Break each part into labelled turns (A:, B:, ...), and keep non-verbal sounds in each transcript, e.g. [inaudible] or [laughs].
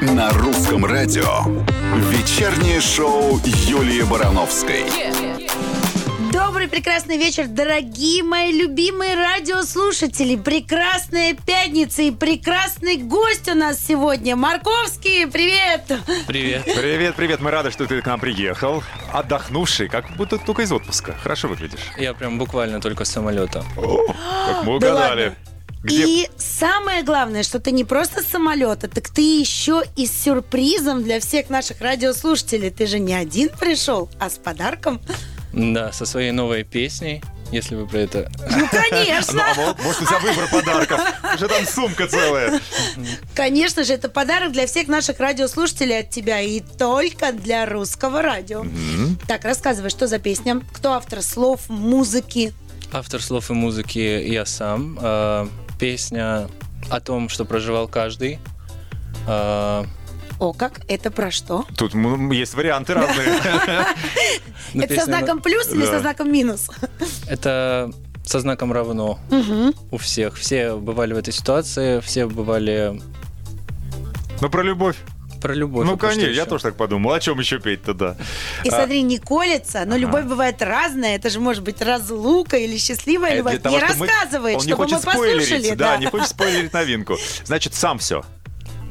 A: на русском радио. Вечернее шоу Юлии Барановской.
B: Добрый прекрасный вечер, дорогие мои любимые радиослушатели. Прекрасная пятница и прекрасный гость у нас сегодня. Марковский, привет!
C: Привет.
D: Привет, привет, мы рады, что ты к нам приехал. Отдохнувший, как будто только из отпуска. Хорошо выглядишь.
C: Я прям буквально только с самолета.
D: Как мы
B: Да
D: угадали.
B: ладно?
D: Где?
B: И самое главное, что ты не просто с самолета, так ты еще и с сюрпризом для всех наших радиослушателей. Ты же не один пришел, а с подарком.
C: Да, со своей новой песней, если вы про это...
B: Ну,
D: Ну,
B: конечно!
D: а мо- может, у тебя выбор подарков. Уже там сумка целая.
B: Конечно же, это подарок для всех наших радиослушателей от тебя и только для русского радио. Так, рассказывай, что за песня, кто автор слов, музыки.
C: Автор слов и музыки я сам. Э, Песня о том, что проживал каждый. Э,
B: О, как это про что?
D: Тут м, есть варианты разные.
C: ну,
B: это со
C: песня,
B: знаком плюс или со
D: Да.
B: знаком минус?
C: она- Это со знаком равно
B: Мгм.
C: у всех. Все бывали в этой ситуации, все бывали
D: Ну, про любовь.
C: про любовь.
D: Ну,
C: а про что
D: конечно, я
C: еще?
D: тоже так подумал. О чем еще петь-то, да?
B: И
D: А.
B: смотри, не колется, но любовь бывает разная. Это же может быть разлука или счастливая
D: Э,
B: любовь.
D: для того,
B: не
D: чтобы мы-
B: рассказывает,
D: Он не
B: чтобы мы
D: хочет
B: послушали.
D: спойлерить. Да, не хочет спойлерить новинку. Значит, сам все.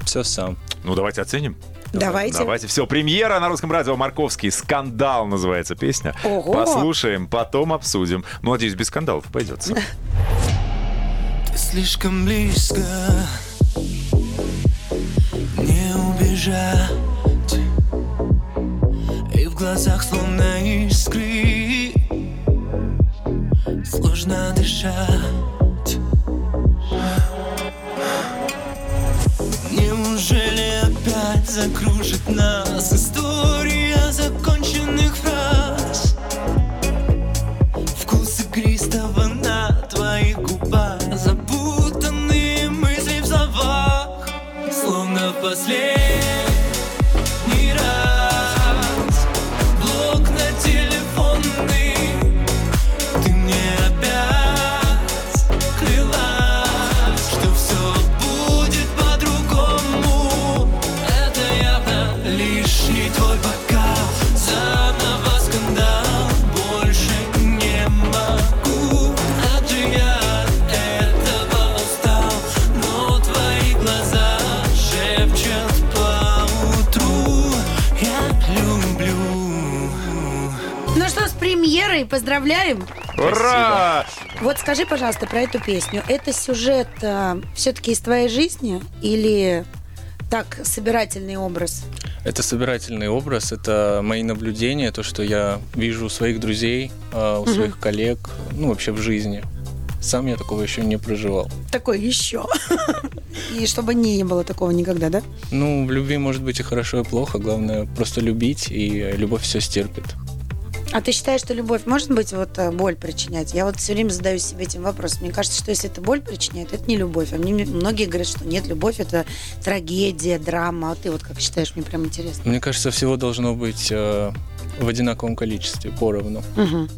C: Все сам.
D: Ну, давайте оценим.
B: Давайте.
D: Давайте. Все, премьера на русском радио Марковский. Скандал называется песня.
B: Ого.
D: Послушаем, потом обсудим. Ну, надеюсь, без скандалов
B: [laughs]
D: обойдется.
E: Ты слишком близко Не убежать И в глазах словно искры Сложно дышать Неужели опять закружит нас История законченных фраз Вкус игристого на твоих губах Запутанные мысли в словах Словно в последний раз Блок на телефонный Ты мне опять клялась Что все будет по-другому Это явно лишний твой бокал Заново скандал Больше не могу А ты я от этого устал Но твои глаза шепчут поутру Я люблю
B: Ну что, с премьерой поздравляем.
D: Ура!
B: Вот скажи, пожалуйста, про эту песню. Это сюжет все-таки из твоей жизни или так, собирательный образ?
C: Это собирательный образ, это мои наблюдения, то, что я вижу у своих друзей, а, у своих коллег, ну, вообще в жизни. Сам я такого еще не проживал.
B: Такой еще. [laughs] И чтобы не было такого никогда, да?
C: Ну, в любви может быть и хорошо, и плохо, главное просто любить, и любовь все стерпит.
B: А ты считаешь, что любовь может быть вот э, боль причинять? Я вот все время задаю себе этим вопросом. Мне кажется, что если это боль причиняет, это не любовь. А мне мне многие говорят, что нет, любовь это трагедия, драма. А ты вот как считаешь, мне прям интересно.
C: Мне кажется, всего должно быть э, в одинаковом количестве, поровну.
B: Мгм.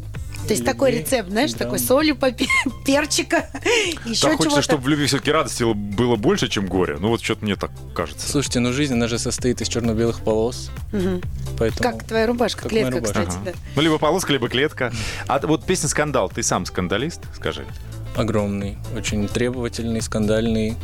B: То есть
C: Любви,
B: такой рецепт, знаешь,
C: да.
B: такой солью, попе- [laughs] перчика, еще
D: Так хочется,
B: чего-то.
D: чтобы в любви все-таки радости л- было больше, чем горе. Ну, вот что-то мне так кажется.
C: Слушайте, ну жизнь, она же состоит из черно-белых полос,
B: Мгм.
C: поэтому...
B: Как твоя рубашка,
C: Как моя
B: клетка,
C: рубашка.
B: кстати, да.
D: Ну, либо полоска, либо клетка. А т- вот песня «Скандал». Ты сам скандалист, скажи.
C: Огромный, очень требовательный, скандальный.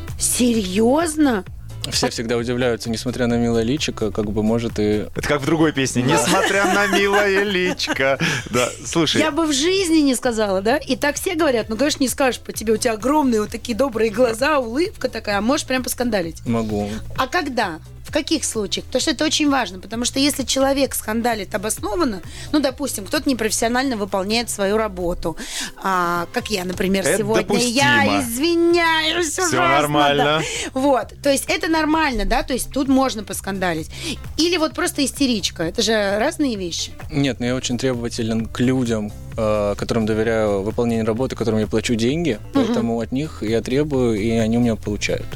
B: Серьезно?
C: Все всегда удивляются, несмотря на милое личико, как бы может и
D: Это как в другой песне. Несмотря на милое личко. Да, слушай.
B: Я бы в жизни не сказала, да? И так все говорят, ну, конечно, не скажешь по тебе, у тебя огромные вот такие добрые глаза, улыбка такая, а можешь прям поскандалить.
C: могу.
B: А когда? В каких случаях? Потому что это очень важно, потому что если человек скандалит обоснованно, ну, допустим, кто-то непрофессионально выполняет свою работу, а, как я, например,
D: Это
B: сегодня, я
D: допустимо.
B: извиняюсь,
D: Всё
B: ужасно,
D: нормально.
B: да. Вот, то есть это нормально, да, то есть тут можно поскандалить. Или вот просто истеричка, это же разные вещи.
C: Нет, но я очень требователен к людям, э, которым доверяю выполнение работы, которым я плачу деньги, поэтому от них я требую, и они у меня получают.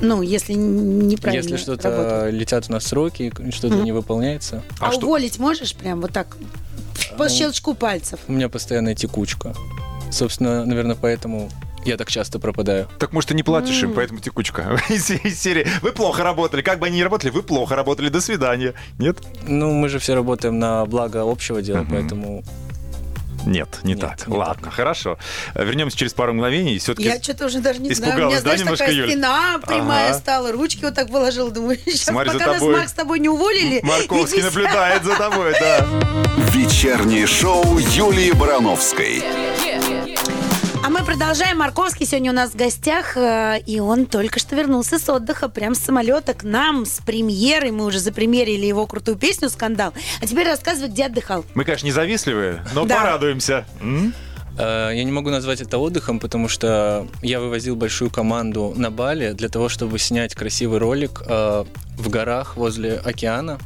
B: Ну, если н- неправильно
C: Если что-то
B: работает.
C: летят у нас сроки, и что-то не выполняется,
B: А,
D: А что-
B: уволить можешь прям вот так, по щелчку пальцев?
C: у меня постоянная текучка. Собственно, наверное, поэтому Я так часто пропадаю.
D: Так, может, ты не платишь им, поэтому текучка. [laughs] Из из серии «Вы плохо работали». Как бы они ни работали, вы плохо работали. До свидания. Нет?
C: Ну, мы же все работаем на благо общего дела,
D: Мгм.
C: поэтому
D: Нет, не
C: Нет,
D: так.
C: не
D: Ладно, хорошо. Э, Вернемся через пару мгновений. Все-таки...
B: Я что-то уже даже не знаю. У меня,
D: Испугалась, да,
B: знаешь,
D: немножко,
B: такая
D: Юль?
B: спина прямая
D: Ага.
B: стала, ручки вот так выложила. Думаю, [laughs] сейчас
D: Смотри, за
B: пока нас
D: тобой
B: Макс с тобой не уволили.
D: [laughs] Марковский
B: иди сядь.
D: наблюдает за тобой, да.
A: Вечернее шоу Юлии Барановской.
B: А мы продолжаем. Марковский сегодня у нас в гостях, э, и он только что вернулся с отдыха, прям с самолета к нам, с премьерой. Мы уже запремьерили его крутую песню «Скандал». А теперь рассказывай, где отдыхал.
D: Мы, конечно, не завистливые, но
B: Да.
D: порадуемся. М?
C: Э, Я не могу назвать это отдыхом, потому что я вывозил большую команду на Бали для того, чтобы снять красивый ролик э, в горах возле океана.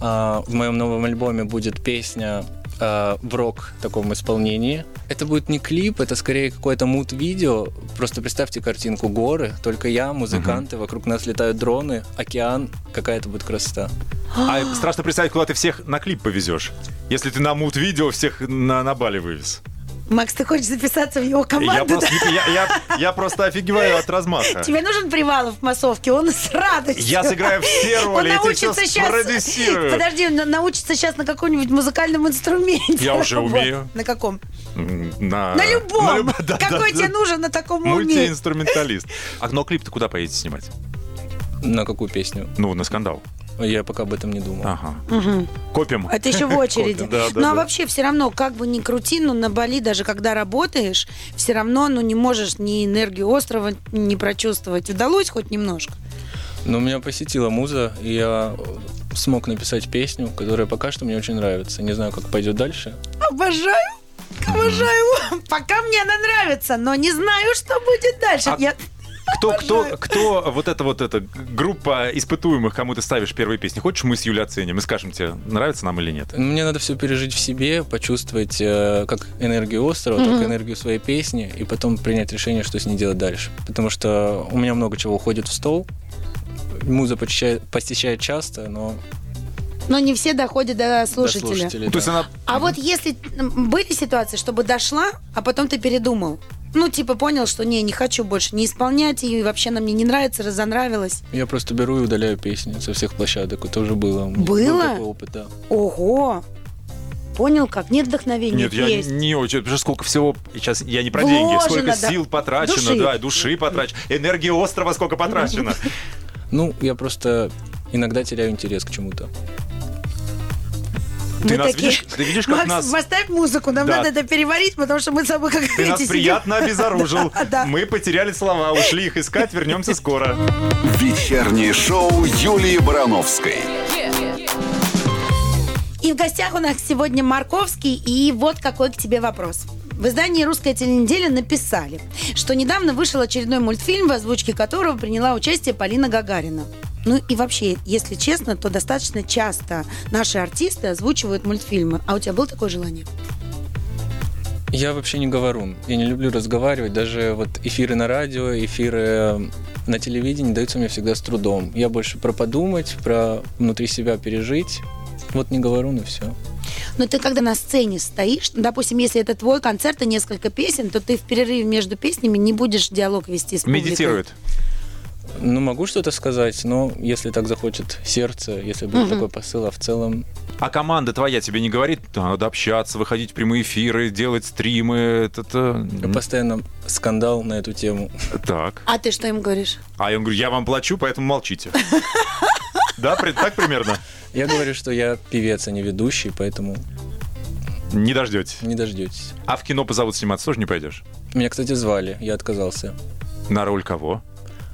C: А, В моем новом альбоме будет песня э, в рок таком исполнении. Это будет не клип, это скорее какое-то мут-видео. Просто представьте картинку горы, только я, музыканты, вокруг нас летают дроны, океан, какая-то будет красота.
D: А страшно представить, куда ты всех на клип повезешь. Если ты на мут видео всех на, на Бали вывез.
B: Макс, ты хочешь записаться в его
D: Я
B: команду?
D: просто, не- я, я- я просто офигеваю от размаха.
B: да? Тебе нужен Привалов в массовке? Он с радостью.
D: Я сыграю все
B: Он
D: роли, я тебе все
B: научится сейчас...
D: спродюсирую.
B: Подожди, он на- научится сейчас на каком-нибудь музыкальном инструменте.
D: Я уже
B: работать.
D: умею.
B: На каком?
D: М, На,
B: На любом.
D: люб- [laughs] да,
B: Какой
D: да,
B: тебе
D: да.
B: нужен на таком уме?
D: Мультиинструменталист. А но клип-то куда поедете снимать?
C: На какую песню?
D: Ну, на скандал.
C: Я пока об этом не думал.
D: Ага. Копим.
B: Это
D: [laughs]
B: еще в очереди.
D: Копим, да, да,
B: ну а
D: да.
B: вообще все равно, как бы ни крути, но на Бали даже когда работаешь, все равно ну не можешь ни энергию острова не прочувствовать. Удалось хоть немножко?
C: Но меня посетила муза, и я э, смог написать песню, которая пока что мне очень нравится. Не знаю, как пойдет дальше.
B: Обожаю. Обожаю. [laughs] Пока мне она нравится, но не знаю, что будет дальше.
D: А-
B: Я-
D: Кто, кто, кто вот эта вот эта группа испытуемых, кому ты ставишь первые песни? Хочешь, мы с Юлей оценим и скажем тебе, нравится нам или нет?
C: Мне надо все пережить в себе, почувствовать э, как энергию острова, так и энергию своей песни, и потом принять решение, что с ней делать дальше. Потому что у меня много чего уходит в стол. Муза посещает, посещает часто, но
B: Но не все доходят до
C: до
B: слушателя.
C: слушателей.
D: Ну, то есть
C: да.
D: она...
B: А вот если м, были ситуации, чтобы дошла, а потом ты передумал. Ну, типа понял, что не, не хочу больше не исполнять ее, и вообще она мне не нравится, разонравилась.
C: Я просто беру и удаляю песни со всех площадок. Это уже было. у меня.
B: Было?
C: Был такой опыт, да.
B: Ого! Понял как? Нет вдохновения,
D: Нет, я
B: есть.
D: не очень, потому что сколько всего, сейчас я не про
B: Вложено,
D: деньги, сколько
B: да.
D: сил потрачено,
B: Души.
D: да, души потрачено, энергии острова сколько потрачено.
C: Ну, я просто иногда теряю интерес к чему-то.
D: Ты
B: Мы
D: нас
B: такие-
D: видишь, ты видишь, как
B: Макс,
D: нас...
B: поставь музыку, нам
D: Да.
B: надо это переварить, потому что мы с тобой как
D: Ты нас
B: эти сидим.
D: приятно обезоружил.
B: Да, [laughs] да.
D: Мы потеряли слова, ушли их искать, вернемся скоро.
A: Вечернее шоу Юлии Барановской.
B: И в гостях у нас сегодня Марковский, и вот какой к тебе вопрос. В издании «Русская теленеделя» написали, что недавно вышел очередной мультфильм, в озвучке которого приняла участие Полина Гагарина. Ну и вообще, если честно, то достаточно часто наши артисты озвучивают мультфильмы. А у тебя было такое желание?
C: Я вообще не говорю. Я не люблю разговаривать. Даже вот эфиры на радио, эфиры э, на телевидении даются мне всегда с трудом. Я больше про подумать, про внутри себя пережить. Вот не говорю, ну и все.
B: Но Ну, ты когда на сцене стоишь, ну, допустим, если это твой концерт и несколько песен, то ты в перерыве между песнями не будешь диалог вести с публикой.
D: Медитирует.
C: Ну, могу что-то сказать, но если так захочет сердце, если будет такой посыл, а в целом...
D: А команда твоя тебе не говорит, «Да, надо общаться, выходить в прямые эфиры, делать стримы, это-то...
C: Постоянно скандал на эту тему.
D: Так.
B: А ты что им говоришь?
D: А я говорю, я вам плачу, поэтому молчите. Да, при- так примерно?
C: Я говорю, что я певец, а не ведущий, поэтому
D: Не дождетесь.
C: не дождетесь.
D: А в кино позовут сниматься, тоже не пойдешь?
C: Меня, кстати, звали, я отказался.
D: На роль кого?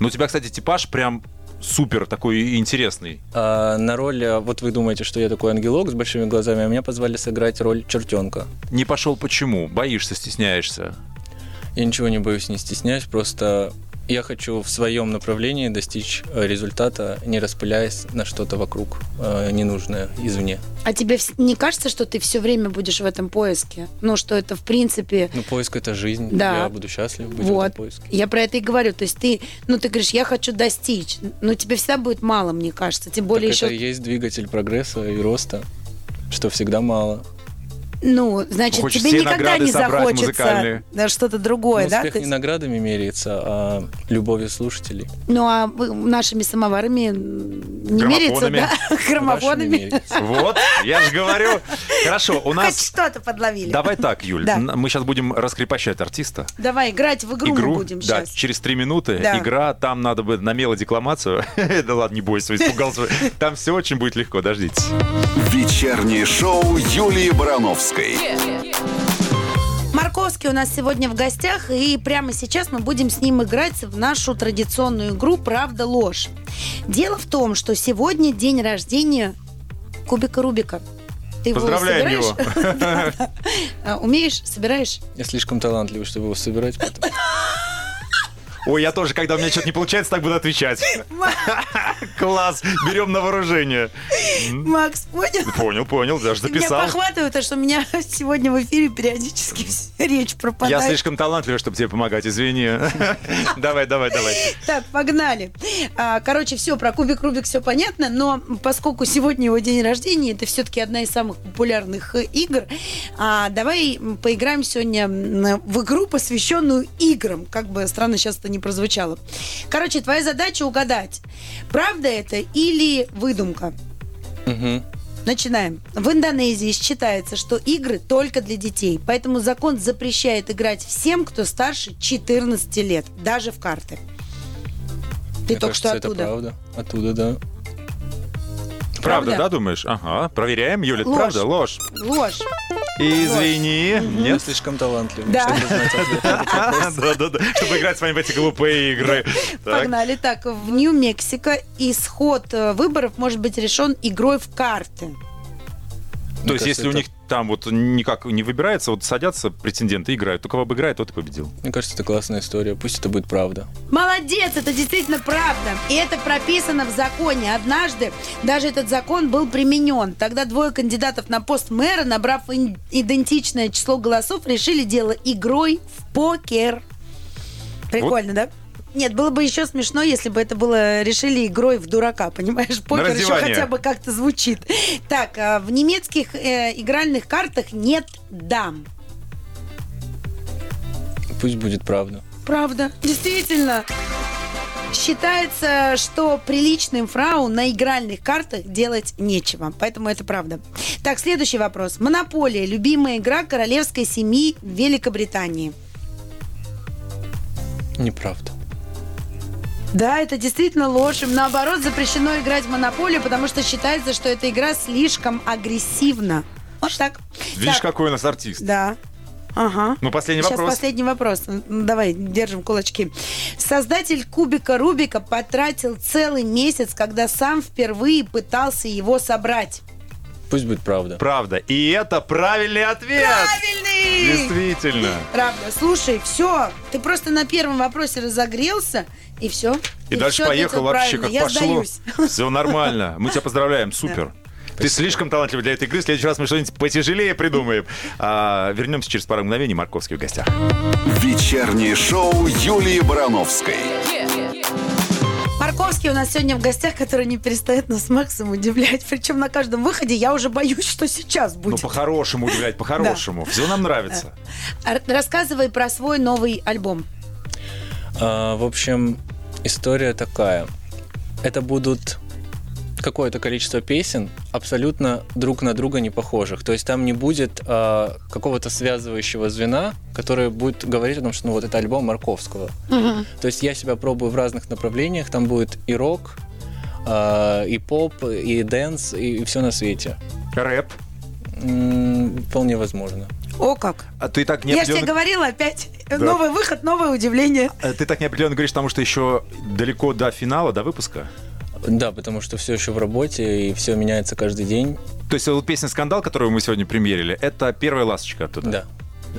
D: Ну, у тебя, кстати, типаж прям супер такой интересный.
C: А, на роль, а, вот вы думаете, что я такой ангелок с большими глазами, а меня позвали сыграть роль чертенка.
D: Не пошел почему? Боишься, стесняешься?
C: Я ничего не боюсь, не стесняюсь, просто я хочу в своем направлении достичь э, результата, не распыляясь на что-то вокруг э, ненужное извне.
B: А тебе вс- не кажется, что ты все время будешь в этом поиске? Ну, что это, в принципе,
C: Ну, поиск — это жизнь,
B: Да.
C: я буду счастлив быть в
B: вот.
C: этом поиске.
B: Я про это и говорю. То есть ты, ну, ты говоришь, я хочу достичь. Но тебе всегда будет мало, мне кажется. Тем более
C: так
B: еще...
C: это и есть двигатель прогресса и роста, что всегда мало.
B: Ну, значит,
D: Хочешь
B: тебе
D: все
B: никогда
D: награды
B: не
D: собрать
B: захочется
D: музыкальные?
B: да, что-то другое,
C: Ну,
B: да?
C: успех
B: То
C: не
B: есть-
C: наградами меряется, а любовью слушателей.
B: Ну, а вы- нашими самоварами м, не мерится,
D: Граммофонами.
B: да? [laughs]
C: Вашими
B: Граммофонами.
C: меряется.
D: Вот, я же говорю. Хорошо, у
B: Хоть
D: нас...
B: что-то подловили.
D: Давай так, Юль,
B: Да.
D: н- мы сейчас будем раскрепощать артиста.
B: Давай играть в игру, мы будем
D: да,
B: сейчас.
D: через три минуты.
B: Да.
D: Игра, там надо бы на мелодекламацию. [laughs] Да ладно, не бойся, испугался. Там все очень будет легко, дождитесь.
A: Вечернее шоу Юлии Барановской.
B: Марковский у нас сегодня в гостях, и прямо сейчас мы будем с ним играть в нашу традиционную игру «Правда-ложь». Дело в том, что сегодня день рождения Кубика Рубика. Ты его
D: Поздравляем
B: собираешь?
D: его.
B: А, Умеешь? Собираешь?
C: Я слишком талантливый, чтобы его собирать.
B: [laughs]
C: поэтому-
D: Ой, я тоже, когда у меня что-то не получается, так
B: [laughs]
D: буду отвечать. Класс, берем на вооружение.
B: Макс, понял?
D: Понял, понял, даже
B: Ты меня
D: записал.
B: похватывает, а что у меня [laughs] сегодня в эфире периодически [laughs] речь пропадает.
D: Я слишком талантливый, чтобы тебе помогать, извини. [laughs] Давай, давай, давай.
B: [laughs] Так, погнали. А, Короче, все про кубик Рубик все понятно, но поскольку сегодня его день рождения, это все-таки одна из самых популярных э, игр. а, Давай м, поиграем сегодня м, в игру, посвященную играм, как бы странно сейчас это не прозвучало. Короче, твоя задача угадать, правда это или выдумка.
C: Мгм.
B: Начинаем. В Индонезии считается, что игры только для детей, поэтому закон запрещает играть всем, кто старше 14 лет, даже в карты. Ты
C: Мне
B: только что
C: кажется, это
B: оттуда.
C: правда. Оттуда, да.
D: Правда,
B: Правда?
D: да, думаешь? Ага, проверяем, Юля, это
B: Ложь.
D: правда, ложь.
B: Ложь.
D: Извини,
C: Я
D: нет? [laughs]
C: слишком талантливый,
B: Да.
C: чтобы [laughs] знать ответ.
D: Да-да-да, чтобы играть с вами в эти глупые игры. Так.
B: Погнали. Так, в Нью-Мексико исход э, выборов может быть решен игрой в карты.
D: То
C: Мне
D: есть,
C: кажется,
D: если у
C: это-
D: них там вот никак не выбирается, вот садятся претенденты, играют. Только обыграет, тот и победил.
C: Мне кажется, это классная история. Пусть это будет правда.
B: Молодец, это действительно правда. И это прописано в законе. Однажды даже этот закон был применен. Тогда двое кандидатов на пост мэра, набрав ин- идентичное число голосов, решили дело игрой в покер. Прикольно, да? Нет, было бы еще смешно, если бы это было решили игрой в дурака, [laughs] понимаешь? Покер еще
D: раздевание.
B: хотя бы как-то звучит. Так, а в немецких э, игральных картах нет дам.
C: Пусть будет правда.
B: Правда, действительно. Считается, что приличным фрау на игральных картах делать нечего. Поэтому это правда. Так, следующий вопрос. Монополия – любимая игра королевской семьи в Великобритании.
C: Неправда.
B: Да, это действительно ложь. Им, наоборот, запрещено играть в монополию, потому что считается, что эта игра слишком агрессивна. Вот так.
D: Видишь,
B: Так,
D: какой у нас артист.
B: Да. Ага.
D: Ну, последний
B: Сейчас
D: вопрос.
B: последний вопрос. М, Давай, держим кулачки. Создатель кубика Рубика потратил целый месяц, когда сам впервые пытался его собрать.
C: Пусть будет правда.
D: Правда. И это правильный ответ.
B: Правильный!
D: Действительно.
B: Правда. Слушай, все. Ты просто на первом вопросе разогрелся, и все.
D: И дальше поехал вообще как
B: Я
D: пошло.
B: сдаюсь.
D: Все нормально. Мы тебя поздравляем. Супер. Ты слишком талантливый для этой игры. В следующий раз мы что-нибудь потяжелее придумаем. А, вернемся через пару мгновений. Марковский в гостях.
A: Вечернее шоу Юлии Барановской.
B: Марковский у нас сегодня в гостях, который не перестает нас с Максом удивлять. Причем на каждом выходе я уже боюсь, что сейчас
D: Ну,
B: будет.
D: по-хорошему удивлять, по-хорошему. Все нам нравится.
B: Р- А, Рассказывай про свой новый альбом.
C: А, в общем, история такая. Это будут какое-то количество песен, абсолютно друг на друга не похожих. То есть там не будет а, какого-то связывающего звена, которое будет говорить о том, что ну вот это альбом Марковского. То есть я себя пробую в разных направлениях. Там будет и рок, а, и поп, и дэнс, и, все на свете.
D: Рэп.
C: М, вполне возможно.
B: О как!
D: А ты так не
B: Я же тебе говорила опять.
D: Да.
B: Новый выход, новое удивление.
D: Э, Ты так неопределенно говоришь, потому что еще далеко до финала, до выпуска.
C: Да, потому что все еще в работе и все меняется каждый день.
D: То есть вот песня «Скандал», которую мы сегодня премьерили, это первая ласточка оттуда.
C: Да.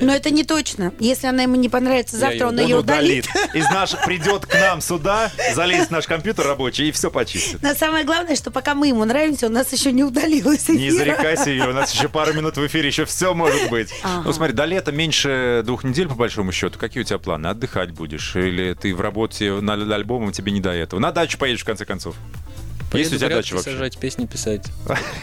B: Но это не точно. Если она ему не понравится,
C: Я
B: завтра
C: её-
B: он
C: он
B: ее удалит.
D: Из наших придет к нам сюда, залезет в наш компьютер рабочий и все почистит.
B: Но самое главное, что пока мы ему нравимся, у нас еще не удалилось
D: Не
B: эфира.
D: зарекайся, Юля, у нас еще пару минут в эфире, еще все может быть.
B: Ага.
D: Ну смотри, до лета меньше двух недель, по большому счету. Какие у тебя планы? Отдыхать будешь? Или ты в работе над альбомом, тебе не до этого? На дачу поедешь, в конце концов. [laughs] Есть у
C: Поеду
D: тебя
C: грядки
D: дача вообще?
C: сажать, песни писать.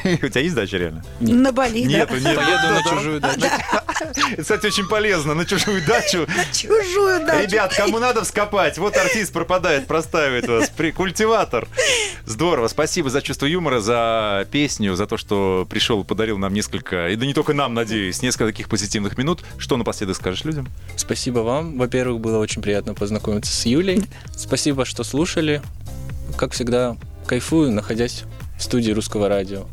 D: У тебя есть дача реально?
C: Нет.
B: На Бали, да.
D: Нету, нет.
C: Поеду на чужую дачу.
D: Это, Кстати, очень полезно на чужую дачу.
B: Чужую дачу.
D: Ребят, кому надо вскопать? Вот артист пропадает, простаивает вас. При- Культиватор. Здорово. Спасибо за чувство юмора, за песню, за то, что пришел и подарил нам несколько, и да не только нам, надеюсь, несколько таких позитивных минут. Что напоследок скажешь людям?
C: Спасибо вам. Во-первых, было очень приятно познакомиться с Юлей. Спасибо, что слушали. Как всегда, кайфую, находясь в студии русского радио.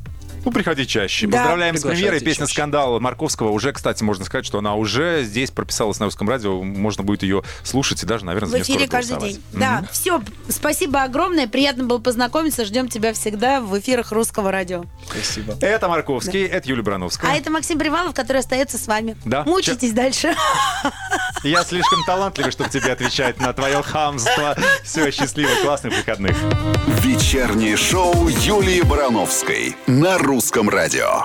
D: Ну, приходи чаще.
B: Да.
D: Поздравляем с премьерой.
C: Приглашайте
D: Песня
C: чаще.
D: «Скандал» Марковского уже, кстати, можно сказать, что она уже здесь прописалась на русском радио. Можно будет ее слушать и даже, наверное,
B: В
D: за нее
B: эфире
D: скоро
B: каждый
D: голосовать.
B: день.
D: Мгм.
B: Да, все, спасибо огромное, приятно было познакомиться, ждем тебя всегда в эфирах Русского радио.
C: Спасибо.
D: Это Марковский, это Юлия Брановская.
B: А это Максим Привалов, который остается с вами.
D: Да.
B: Мучитесь дальше.
D: Я слишком талантливый, чтобы тебе отвечать на твое
B: [laughs]
D: хамство. Все, счастливо, классных выходных.
A: Вечернее шоу Юлии Барановской на русском радио.